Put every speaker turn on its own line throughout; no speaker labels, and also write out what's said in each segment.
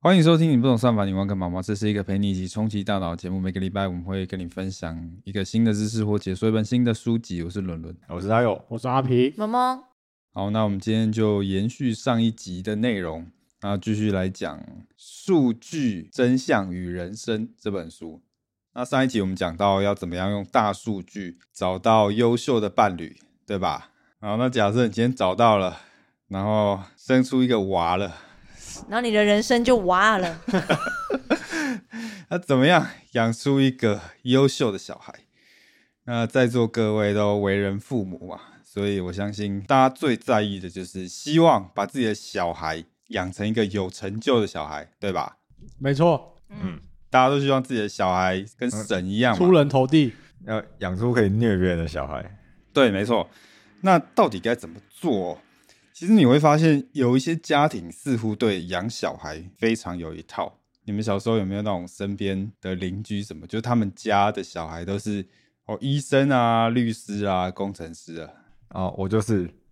欢迎收听《你不懂算法，你忘干嘛吗》？这是一个陪你一起冲击大脑的节目。每个礼拜我们会跟你分享一个新的知识或解说一本新的书籍。我是伦伦。
啊我是阿友，
我是阿皮，
萌萌，
好，那我们今天就延续上一集的内容，那继续来讲《数据真相与人生》这本书。那上一集我们讲到要怎么样用大数据找到优秀的伴侣，对吧？然后那假设你今天找到了，然后生出一个娃了，
然后你的人生就哇了，
那怎么样养出一个优秀的小孩？那在座各位都为人父母嘛，所以我相信大家最在意的就是希望把自己的小孩养成一个有成就的小孩，对吧？
没错，
大家都希望自己的小孩跟神一样嘛，
出人头地。
要养出可以虐别人的小孩。
对，没错。那到底该怎么做？哦其实你会发现，有一些家庭似乎对养小孩非常有一套。你们小时候有没有那种身边的邻居什么，就是他们家的小孩都是哦医生啊、律师啊、工程师啊？
哦，我就是。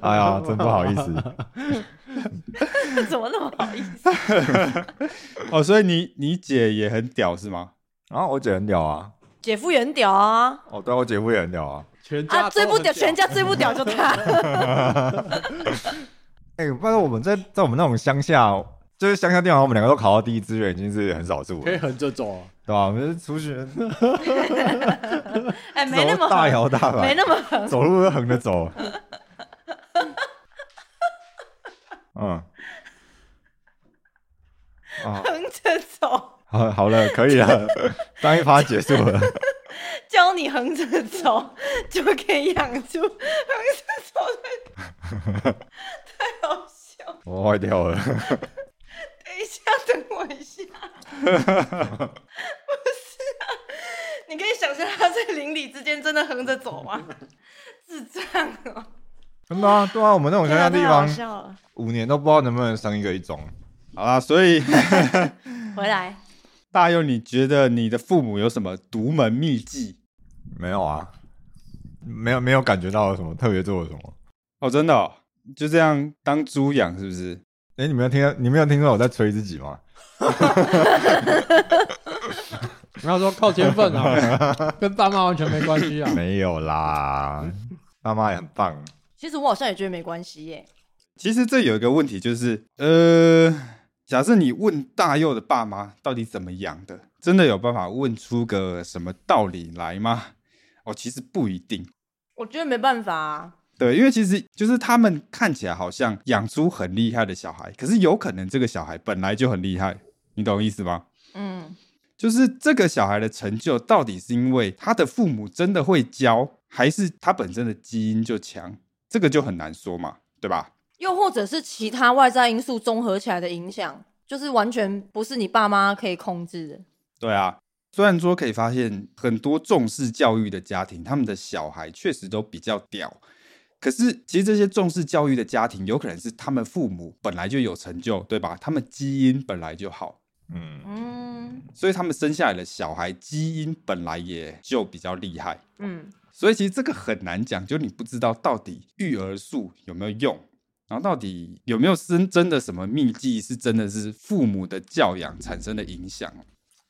哎呀，真不好意思。
怎么那么好意思？
哦，所以你你姐也很屌是吗？
然后我姐很屌啊，
姐夫也很屌啊，
哦，对我姐夫也很屌啊。
全家
啊，最不屌，全家最不屌就他，
哎、不然我们在在我们那种乡下，就是乡下地方，我们两个都考到第一志愿，已经是很少数
可以
了，
横着走啊。
对吧？我们出去走
哎，没那么
大
狠，
摇大
没
摆，
那么狠，
走路都横着走。嗯，啊，
横着走，
好，好了，可以了，上一趴结束了。
教你横着走就可以养出横着走的，太好笑了。
我坏掉了，
等一下，等我一下。 不是啊，你可以想象他在邻里之间真的横着走吗？ 智障哦！
真的啊，对啊，我们那种
天
乡下
啊
地
太好
方，
笑了。
五年都不知道能不能生一个一种。
好啦，所以
回来，
大佑，你觉得你的父母有什么独门秘技？
没有啊，没有没有感觉到有什么特别做了什么。
哦，真的、哦、就这样当猪养是不是？
哎、你没有听到？你没有听到我在吹自己吗？
不要说靠天分啊， 跟爸妈完全没关系啊。
没有啦，爸妈也很棒。
其实我好像也觉得没关系耶。
其实这有一个问题，就是呃，假设你问大佑的爸妈到底怎么养的，真的有办法问出个什么道理来吗？哦，其实不一定。
我觉得没办法、啊，
对，因为其实就是他们看起来好像养出很厉害的小孩，可是有可能这个小孩本来就很厉害，你懂意思吗？
嗯，
就是这个小孩的成就到底是因为他的父母真的会教，还是他本身的基因就强？这个就很难说嘛，对吧？
又或者是其他外在因素综合起来的影响，就是完全不是你爸妈可以控制的。
对啊，虽然说可以发现很多重视教育的家庭，他们的小孩确实都比较屌，可是其实这些重视教育的家庭，有可能是他们父母本来就有成就，对吧？他们基因本来就好，
嗯，
嗯
所以他们生下来的小孩基因本来也就比较厉害。
嗯，
所以其实这个很难讲，就你不知道到底育儿术有没有用，然后到底有没有真真的什么秘技是真的是父母的教养产生的影响。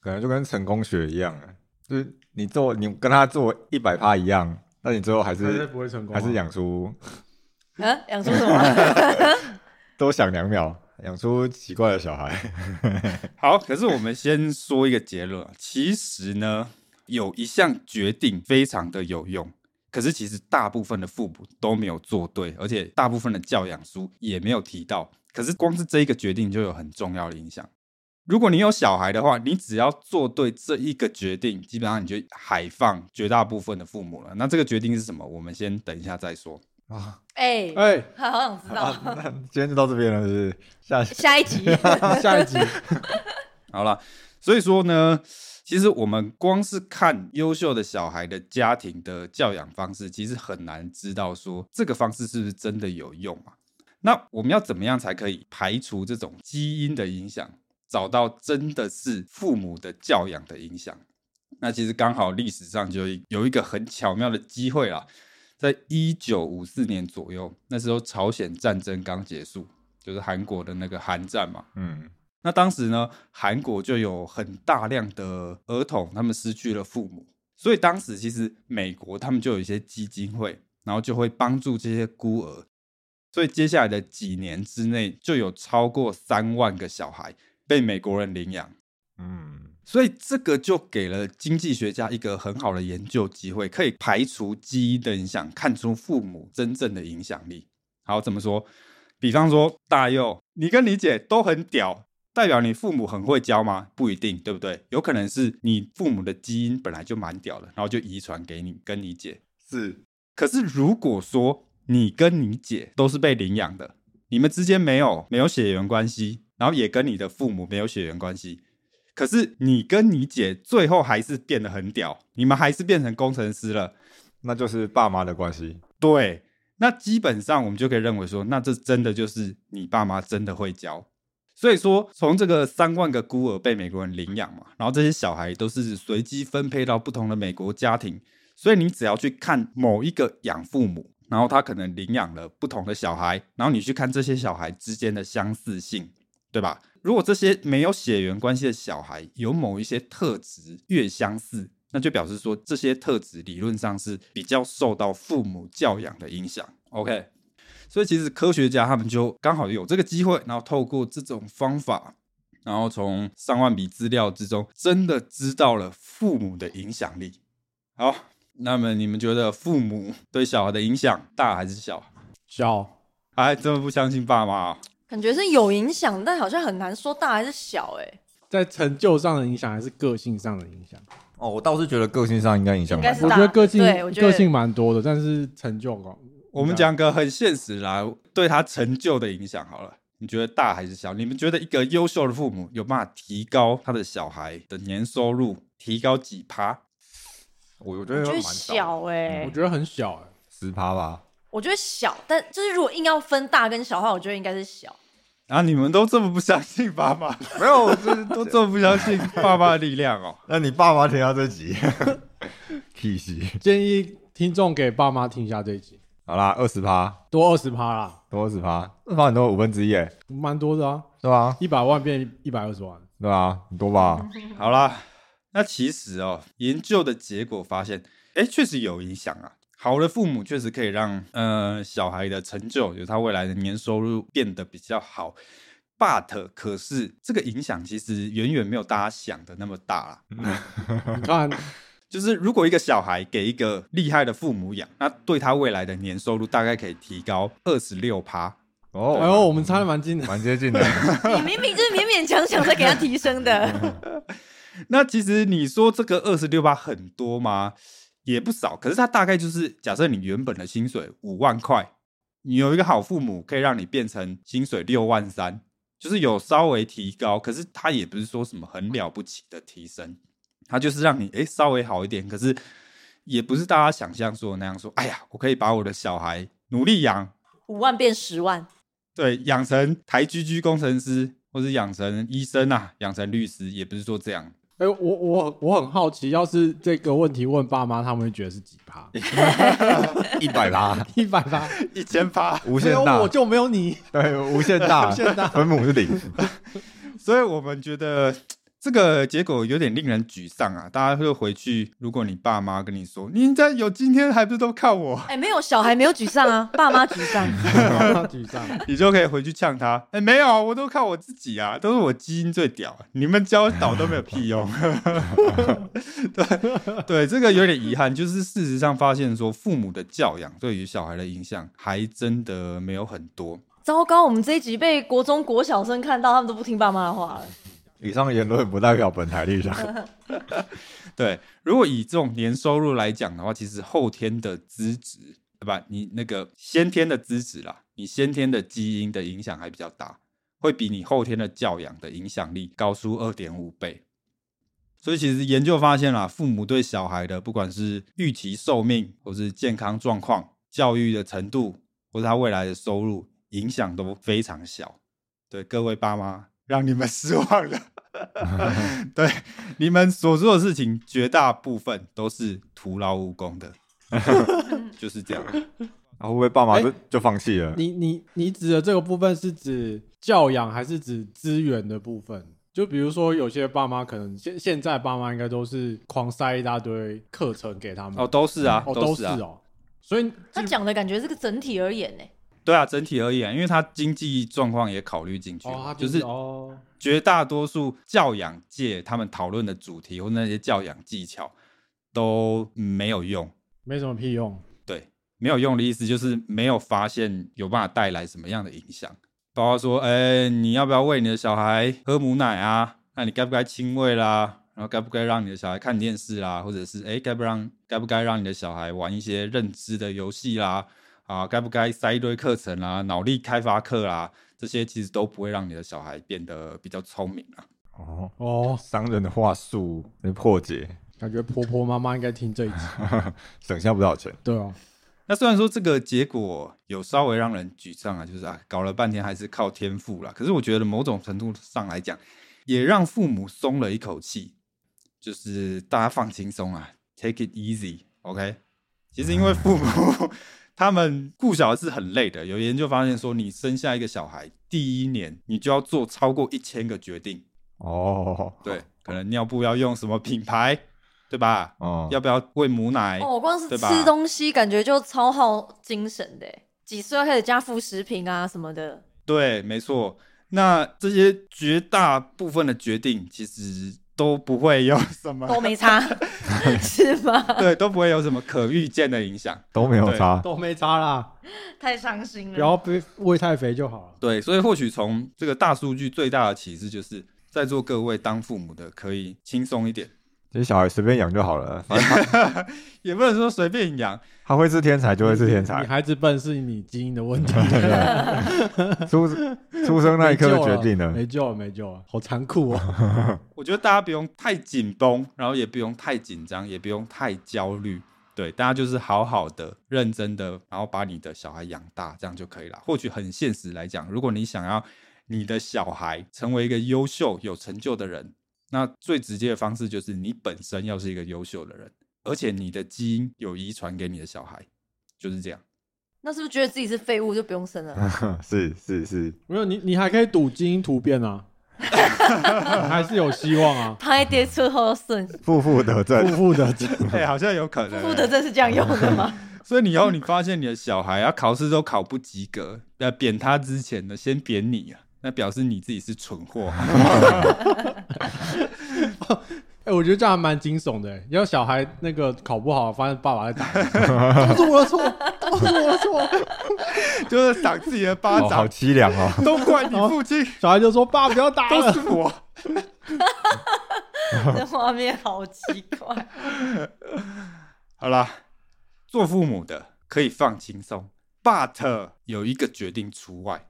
可能就跟成功学一样啊，就是你做你跟他做一百趴一样，那你最后
还
还
是
是
不会成功啊，
还是养出
嗯、养出什 么？
多想两秒，养出奇怪的小孩。
好，可是我们先说一个结论啊，其实呢，有一项决定非常的有用，可是其实大部分的父母都没有做对，而且大部分的教养书也没有提到。可是光是这一个决定就有很重要的影响。如果你有小孩的话，你只要做对这一个决定，基本上你就海放绝大部分的父母了。那这个决定是什么？我们先等一下再说。
哎、
哎，
好想知道。
啊那今天就到这边了，是不是？下
下一集，
下一集
好了，所以说呢，其实我们光是看优秀的小孩的家庭的教养方式，其实很难知道说这个方式是不是真的有用嘛？那我们要怎么样才可以排除这种基因的影响，找到真的是父母的教养的影响？那其实刚好历史上就有一个很巧妙的机会啦，在一九五四年左右，那时候朝鲜战争刚结束，就是韩国的那个韩战嘛。
嗯
那当时呢，韩国就有很大量的儿童，他们失去了父母，所以当时其实美国他们就有一些基金会，然后就会帮助这些孤儿。所以接下来的几年之内，就有超过三万个小孩被美国人领养。
嗯，
所以这个就给了经济学家一个很好的研究机会，可以排除基因的影响，看出父母真正的影响力。好，怎么说？比方说大佑，你跟你姐都很屌，代表你父母很会教吗？不一定，对不对？有可能是你父母的基因本来就蛮屌的，然后就遗传给你跟你姐。
是
可是如果说你跟你姐都是被领养的，你们之间没有没有血缘关系，然后也跟你的父母没有血缘关系，可是你跟你姐最后还是变得很屌，你们还是变成工程师了。
那就是爸妈的关系。
对，那基本上我们就可以认为说，那这真的就是你爸妈真的会教。所以说，从这个三万个孤儿被美国人领养嘛，然后这些小孩都是随机分配到不同的美国家庭，所以你只要去看某一个养父母，然后他可能领养了不同的小孩，然后你去看这些小孩之间的相似性，对吧？如果这些没有血缘关系的小孩有某一些特质越相似，那就表示说这些特质理论上是比较受到父母教养的影响。OK，所以其实科学家他们就刚好有这个机会，然后透过这种方法，然后从上万笔资料之中，真的知道了父母的影响力。好，那么你们觉得父母对小孩的影响大还是小？
小
哎，这么不相信爸妈啊、
感觉是有影响，但好像很难说大还是小、欸，哎，
在成就上的影响还是个性上的影响？
哦，我倒是觉得个性上应该影响
应
蛮
该
大。
是
我
大
觉得个性
对我觉得
个性蛮多的，但是成就感。
我们讲个很现实啦，对他成就的影响好了。你觉得大还是小？你们觉得一个优秀的父母有办法提高他的小孩的年收入，提高几趴？
我我觉得
我觉得
啊蛮小
小、欸，
我
哎，
觉得很小哎、
十 趴吧。
我觉得小，但就是如果硬要分大跟小的话，我觉得应该是小。
啊，你们都这么不相信爸妈，
没有，我就是
都
都
这么不相信爸妈的力量哦。
那你爸妈听到这集 k i
建议听众给爸妈听一下这一集，
好啦，二十趴，
多二十趴啦，
多二十趴，二十趴很多五分之一哎，
蛮多的啊，
对吧？
一百万变一百二十万，
对吧？很多吧？
好啦，那其实哦，研究的结果发现，哎，确实有影响啊。好的父母确实可以让呃小孩的成就，就是他未来的年收入变得比较好。But 可是这个影响其实远远没有大家想的那么大啦。
你看
就是如果一个小孩给一个厉害的父母养，那对他未来的年收入大概可以提高二十六趴。
哦，
哎呦，我们差的蛮近的。
蛮接 近的。
你明明就是勉勉强强在给他提升的，
那其实你说这个二十六趴很多吗？也不少，可是它大概就是假设你原本的薪水五万块，你有一个好父母可以让你变成薪水六万三，就是有稍微提高，可是它也不是说什么很了不起的提升，它就是让你诶稍微好一点，可是也不是大家想象说的那样说，哎呀，我可以把我的小孩努力养，
五万变十万，
对，养成台居居工程师，或是养成医生啊，养成律师，也不是说这样。
哎、我我我很好奇，要是这个问题问爸妈，他们会觉得是几趴？
一百趴，
一百趴，
一千趴，
无
没
限
有
大
我，就没有你。
对，无限 大， 分母是零。
所以我们觉得这个结果有点令人沮丧啊！大家会回去，如果你爸妈跟你说“你应该有今天，还不是都靠我
哎、没有小孩没有沮丧啊， 爸妈沮丧，
沮丧，”，
你就可以回去呛他：“哎、没有，我都靠我自己啊，都是我基因最屌、啊，你们教导都没有屁用。 对”对这个有点遗憾，就是事实上发现说，父母的教养对于小孩的影响还真的没有很多。
糟糕，我们这一集被国中国小生看到，他们都不听爸妈的话了。
以上言论不代表本 台立场。
对，如果以这种年收入来讲的话，其实后天的资质，对吧？你那个先天的资质啦，你先天的基因的影响还比较大，会比你后天的教养的影响力高出二点五倍。所以其实研究发现啦，父母对小孩的不管是预期寿命，或是健康状况、教育的程度，或是他未来的收入，影响都非常小。对各位爸妈，让你们失望了。对，你们所做的事情， 绝大部分都是徒劳无功的，就是这样。
啊，会不会爸妈
哎
就就放弃了？
你你你指的这个部分是指教养还是指资源的部分？就比如说，有些爸妈可能现现在爸妈应该都是狂塞一大堆课程给他们，
哦，都是啊，
哦
都
都
是
是
啊，
哦，所以
他讲的感觉是个整体而言呢、
对啊，整体而言，因为他经济状况也考虑进去
哦，
嘛，
他
就是
哦，
绝大多数教养界他们讨论的主题或那些教养技巧都没有用。
没什么屁用。
对，没有用的意思就是没有发现有办法带来什么样的影响，包括说，哎，你要不要喂你的小孩喝母奶啊？那你该不该亲喂啦？然后该不该让你的小孩看电视啦？或者是哎，该不让该不该让你的小孩玩一些认知的游戏啦？啊，该不该塞一堆课程啦、脑力开发课啦？这些其实都不会让你的小孩变得比较聪明啊。
哦，
哦，
商人的话术能破解，
感觉婆婆妈妈应该 听这一集，
省下不少钱。
对哦，
那虽然说这个结果有稍微让人沮丧啊，就是啊，搞了半天还是靠天赋啦。可是我觉得某种程度上来讲，也让父母松了一口气，就是大家放轻松啊，take it easy，OK、其实因为父
嗯
母 他们顾小孩是很累的，有研究发现说，你生下一个小孩第一年，你就要做超过一千个决定，
哦，
对，可能尿布要用什么品牌，对吧？
哦，
要不要喂母奶？
哦，我光是
对吧
吃东西感觉就超耗精神的欸，几岁要开始加副食品啊什么 的，
对，没错。那这些绝大部分的决定，其实都不会有什么，
都没 差，是吗？
对，都不会有什么可预见的影响。
都没有差。
都没差啦，
太伤心
不要被喂太肥就好了。
对，所以或许从这个大数据最大的启示就是，在座各位当父母的可以轻松一点，
其实小孩随便养就好了， 反正他
也不能说随便养。
他会是天才就会是天
你
才，啊
孩子笨是你基因的问 题，
出出生那一刻就决定了。
没救了，没救了，好残酷哦。
我觉得大家不用太紧绷，然后也不用太紧张，也不用太焦虑。对，大家就是好好的、认真的，然后把你的小孩养大，这样就可以了。或许很现实来讲，如果你想要你的小孩成为一个优秀、有成就的人，那最直接的方式就是你本身要是一个优秀的人，而且你的基因有遗传给你的小孩，就是这样。
那是不是觉得自己是废物就不用生 了？
啊
嗯是是是，
没有你，你还可以赌基因突变 啊，还是有希望啊。
拍跌出后顺，
负负得
负
正。
负得正，
哎、好像有可能、
负的真是这样用的吗？
所以你以后你发现你的小孩啊考试都考不及格，那贬他之前呢，先贬你啊，那表示你自己是蠢 货。
哎、我觉得这样还蛮惊悚的、欸。要小孩那个考不好，发现爸爸在打， 都是我的错，都是我的错。
就是赏自己的巴
哦，好
掌，
凄凉哦！
都怪你父亲，
小孩就说：“爸，不要打
都
了。
是我。
这画面好奇 怪。
好啦，做父母的可以放轻松，but 有一个决定除外。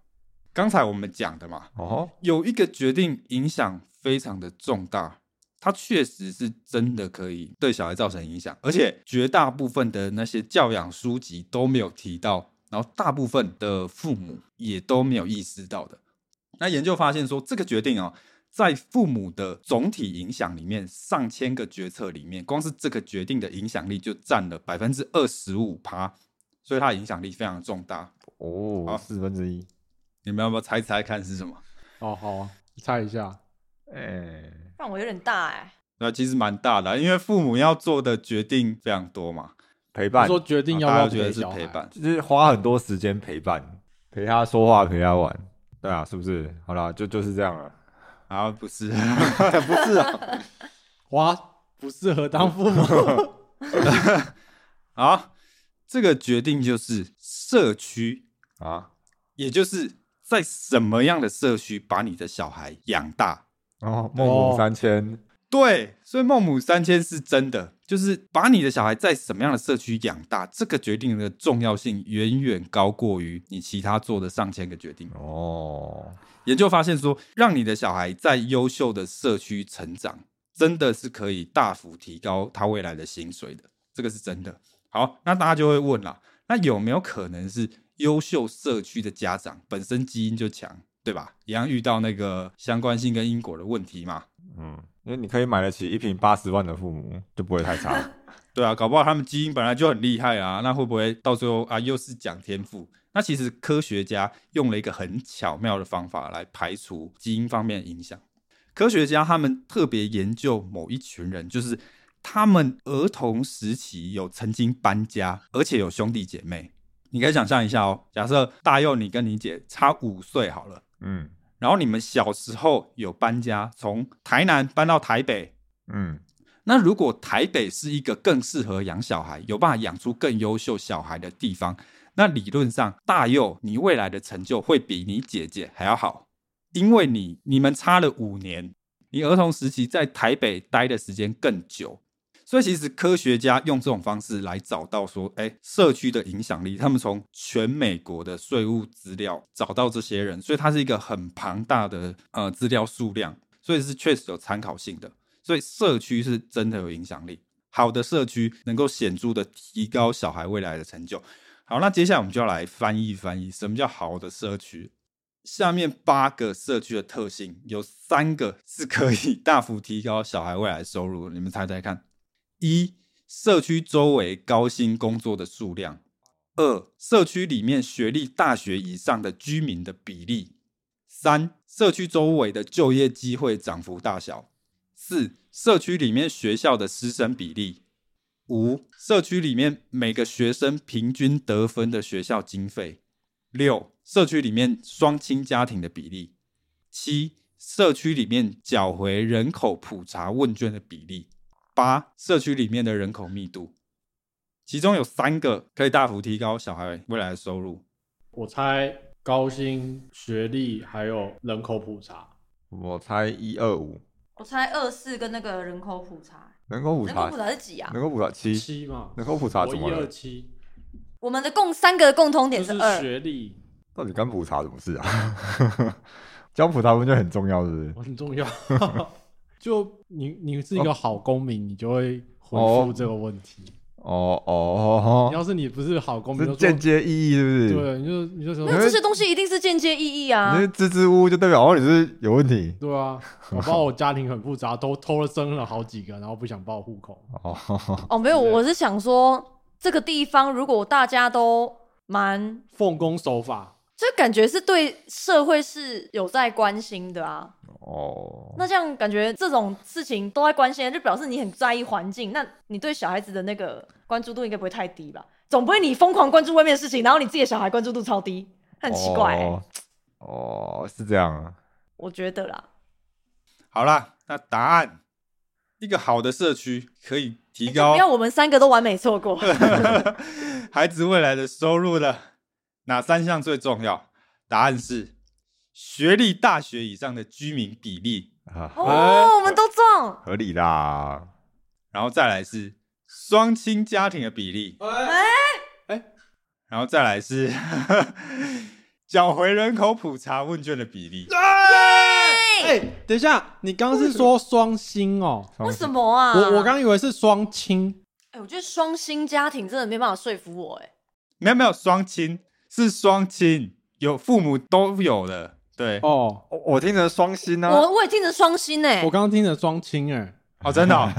刚才我们讲的嘛，
哦，
有一个决定影响非常的重大，它确实是真的可以对小孩造成影响，而且绝大部分的那些教养书籍都没有提到，然后大部分的父母也都没有意识到的。那研究发现说，这个决定哦，在父母的总体影响里面，上千个决策里面，光是这个决定的影响力就占了百分之二十五趴，所以它的影响力非常重大。好
哦，四分之一。
你们要不要猜猜看是什么？”
哦，好啊，猜一下，
哎，
让我有点大哎、
那其实蛮大的啊，因为父母要做的决定非常多嘛，啊
陪
你
伴
说决
哦
定要
大
不
家
要
觉得
陪
是
小孩
陪，伴。
就是花很多时间陪伴，陪他说话，陪他玩。对啊，是不是？好啦，就就是这样了。
啊，不是，
不是啊，
哇，不适合当父母。
好，这个决定就是社区，
啊，
也就是在什么样的社区把你的小孩养大。
哦，孟母三迁，
对，所以孟母三迁是真的，就是把你的小孩在什么样的社区养大，这个决定的重要性远远高过于你其他做的上千个决定。
哦，
研究发现说，让你的小孩在优秀的社区成长，真的是可以大幅提高他未来的薪水的，这个是真的。好，那大家就会问啦，那有没有可能是优秀社区的家长本身基因就强，对吧？一样遇到那个相关性跟因果的问题嘛。
嗯，因为你可以买得起一瓶八十万的父母，就不会太差。
对啊，搞不好他们基因本来就很厉害啊，那会不会到最后啊又是讲天赋？那其实科学家用了一个很巧妙的方法来排除基因方面的影响。科学家他们特别研究某一群人，就是他们儿童时期有曾经搬家，而且有兄弟姐妹。你可以想象一下哦，假设大佑你跟你姐差五岁好了，
嗯
然后你们小时候有搬家，从台南搬到台北，
嗯
那如果台北是一个更适合养小孩、有办法养出更优秀小孩的地方，那理论上大佑你未来的成就会比你姐姐还要好，因为你你们差了五年，你儿童时期在台北待的时间更久。所以其实科学家用这种方式来找到说，哎，社区的影响力，他们从全美国的税务资料找到这些人，所以它是一个很庞大的呃资料数量，所以是确实有参考性的。所以社区是真的有影响力。好的社区能够显著的提高小孩未来的成就。好，那接下来我们就要来翻译翻译什么叫好的社区。下面八个社区的特性有三个是可以大幅提高小孩未来的收入，你们猜猜看：一、社区周围高薪工作的数量；二、社区里面学历大学以上的居民的比例；三、社区周围的就业机会涨幅大小；四、社区里面学校的师生比例；五、社区里面每个学生平均得分的学校经费；六、社区里面双亲家庭的比例；七、社区里面缴回人口普查问卷的比例；八、社区里面的人口密度。其中有三个可以大幅提高小孩未来的收入。
我猜高薪、学历还有人口普查，
我猜一二五，
我猜二四跟那个人口普查，
人口普
人口
查
普，查是几啊？
人口普查七，
七嘛，
人口普查
我
怎
一
么
二
了？
七，
我们的共三个的共通
就
点是
是
二，
学历
到底干普查什么事啊？ 交普查问卷很重要，是不是？
很 重要。就你你是一个好公民，你就会回复这个问题。
哦哦
要是你不是好公
哦，
民，
是
就
间
说
接意义，是不是？
对，你就你就说
那 这些东西一定是间接意义啊
你。是支支吾吾就代表哦，你是有问题
对啊，我把我家庭很复杂，都偷了生了好几个，然后不想报户口。
哦。
哦，没有，
对
我是想说这个地方如果大家都蛮，
奉公守法，
就感觉是对社会是有在关心的啊。
哦，
那这样感觉这种事情都在关心，就表示你很在意环境。那你对小孩子的那个关注度应该不会太低吧？总不会你疯狂关注外面的事情，然后你自己的小孩关注度超低，很奇怪、欸
哦。哦，是这样啊。
我觉得啦，
好啦，那答案，一个好的社区可以提
就
高
不要我们三个都完美错过。
孩子未来的收入的哪三项最重要？答案是学历大学以上的居民比例，
啊，
哦，我们都中。
合理啦。
然后再来是双亲家庭的比例，然后再来是 缴回人口普查问卷的比例。
哎、等一下，你刚刚是说双薪哦？
为什么啊？
我我刚以为是双亲，
哎、我觉得双薪家庭真的没办法说服我哎、
没有没有，双亲是双亲，有父母都有的。对哦
哦，
我我听成双薪啊。
我我也听着双薪哎、
我刚刚听成双亲哎、
真的哦、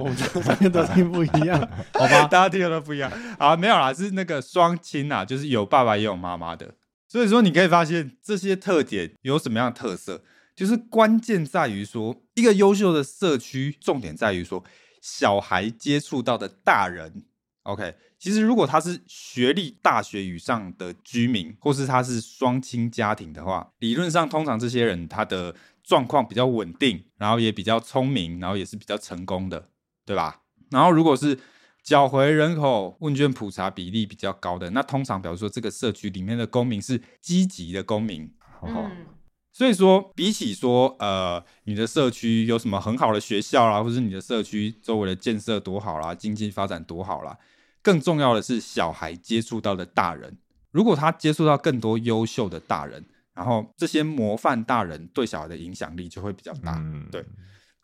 我 们三个都听不一样， 好吧？
大家听的都不一样啊，没有啦，是那个双亲啊，就是有爸爸也有妈妈的。所以说，你可以发现这些特点有什么样的特色，就是关键在于说，一个优秀的社区，重点在于说，小孩接触到的大人。OK，其实如果他是学历大学以上的居民，或是他是双亲家庭的话，理论上通常这些人他的状况比较稳定，然后也比较聪明，然后也是比较成功的，对吧？然后如果是缴回人口问卷普查比例比较高的，那通常表示说这个社区里面的公民是积极的公民。
哦
嗯，
所以说，比起说，呃，你的社区有什么很好的学校啊啦，或是你的社区周围的建设多好啦，经济发展多好啦，更重要的是小孩接触到的大人。如果他接触到更多优秀的大人，然后
啊
这些模范大人对小孩的影响力就会比较大。
嗯
对，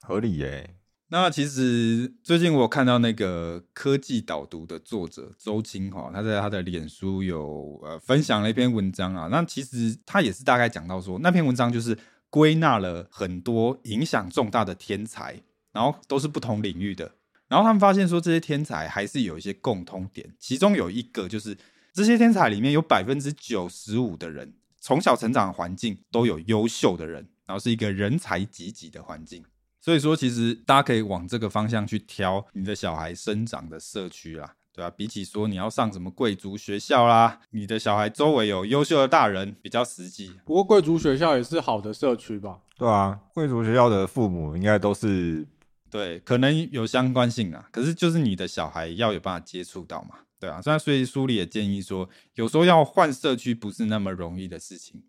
合理耶、
那其实最近我有看到那个科技导读的作者周清哈，他在他的脸书有呃分享了一篇文章啊。那其实他也是大概讲到说，那篇文章就是归纳了很多影响重大的天才，然后都是不同领域的。然后他们发现说，这些天才还是有一些共通点，其中有一个就是这些天才里面有百分之九十五的人从小成长的环境都有优秀的人，然后是一个人才济济的环境。所以说，其实大家可以往这个方向去挑你的小孩生长的社区啦，对啊吧、比起说你要上什么贵族学校啦，你的小孩周围有优秀的大人比较实际。
不过贵族学校也是好的社区吧？
对啊，贵族学校的父母应该都是
对，可能有相关性啊，可是就是你的小孩要有办法接触到嘛，对啊。所以所以书里也建议说，有时候要换社区不是那么容易的事情。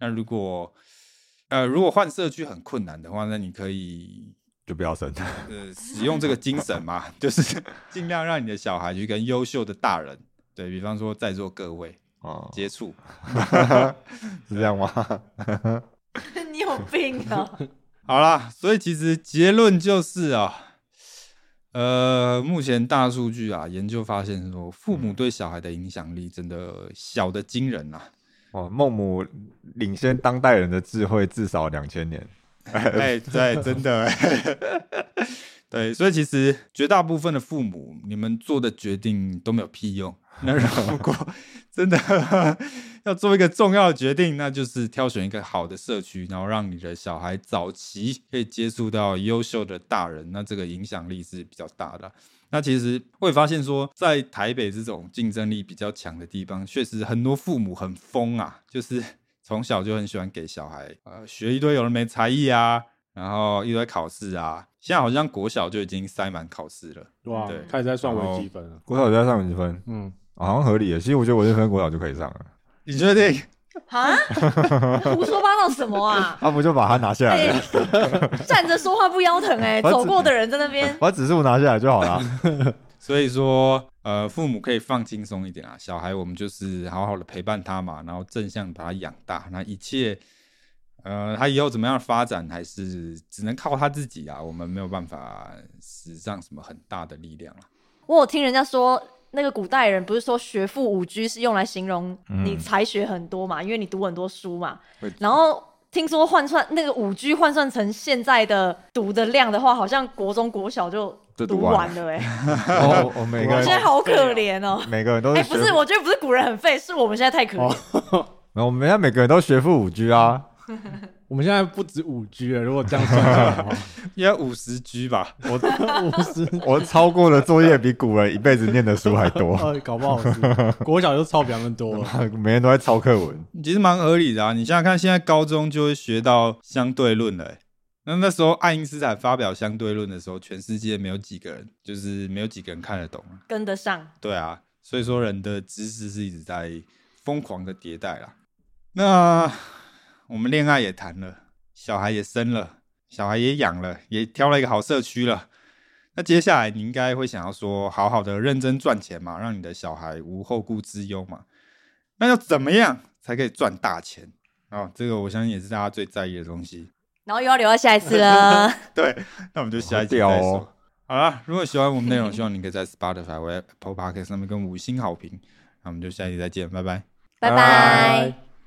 那如果呃如果换社区很困难的话，那你可以
就不要生，
呃使用这个精神嘛， 就是尽量让你的小孩去跟优秀的大人，对比方说在座各位
哦，
接触。
是这样吗？
嗯 你有病啊！
好啦，所以其实结论就是啊，呃，目前大数据啊研究发现说，父母对小孩的影响力真的小的惊人啊。
哦，孟母领先当代人的智慧至少两千年。
哎、对，真的、对，所以其实绝大部分的父母，你们做的决定都没有屁用。那如果真的 要做一个重要的决定，那就是挑选一个好的社区，然后让你的小孩早期可以接触到优秀的大人，那这个影响力是比较大的。那其实会发现说，在台北这种竞争力比较强的地方，确实很多父母很疯啊，就是从小就很喜欢给小孩呃学一堆有人没才艺啊，然后一堆考试啊。现在好像国小就已经塞满考试了，
对吧、
对
开始在算微积分了。啊
国小就要上微积分，
嗯，
哦好像合理耶。其实我觉得微积分国小就可以 上了，
你确定？
啊，胡说八道什么 啊？
他不就把它拿下来
哎
了，
站着说话不腰疼哎、
啊 我只
走过的人在那 边，
把指数拿下来就好了。
所以说，呃，父母可以放轻松一点啊，小孩我们就是好好的陪伴他嘛，然后正向把他养大，那一切，呃，他以后怎么样发展，还是只能靠他自己啊，我们没有办法使上什么很大的力量啊。
我有听人家说，那个古代人不是说学富五车是用来形容
嗯
你才学很多嘛，因为你读很多书嘛
会。
然后听说换算那个五居换算成现在的读的量的话，好像国中国小就
就读
读
完
完了哎、
哦，我每个
我
人
觉得好可怜哦、
每个人都
哎、
是
不
学，
是，我哦觉得不是古人很废，是我们现在太可怜。
没有我们现在每个人都学富五居 啊。
我们现在不止五 G 了，如果这样算下来的话，
应该五十 G 吧？
五十
我超过的作业比古人一辈子念的书 还多，
呃，搞不好是国小就超比他们多了。
每天都在抄课文。
其实蛮合理的啊。你想想看，现在高中就会学到相对论了欸、那那时候爱因斯坦发表相对论的时候，全世界没有几个人，就是没有几个人看得懂啊。
跟得上，
对啊，所以说人的知识是一直在疯狂的迭代啦。那我们恋爱也谈了，小孩也生了，小孩也养了，也挑了一个好社区了。那接下来你应该会想要说，好好的认真赚钱嘛，让你的小孩无后顾之忧嘛。那要怎么样才可以赚大钱啊、这个我相信也是大家最在意的东西。
然后又要留到下一次 了。
对， 那我们就下一集再
好屌
说。
哦
好啦，如果喜欢我们内容，希望你可以在 Spotify 或 Apple Podcast 上面跟我们五星好评。那我们就下一集再见，拜拜。
拜拜。
拜
拜